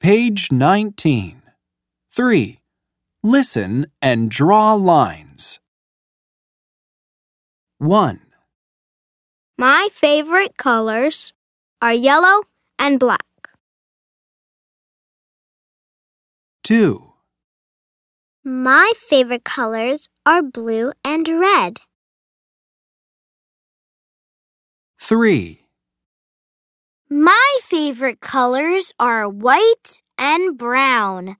Page 19. 3. Listen and draw lines. 1, My favorite colors are yellow and black. 2, My favorite colors are blue and red. 3, My favorite colors are white and brown.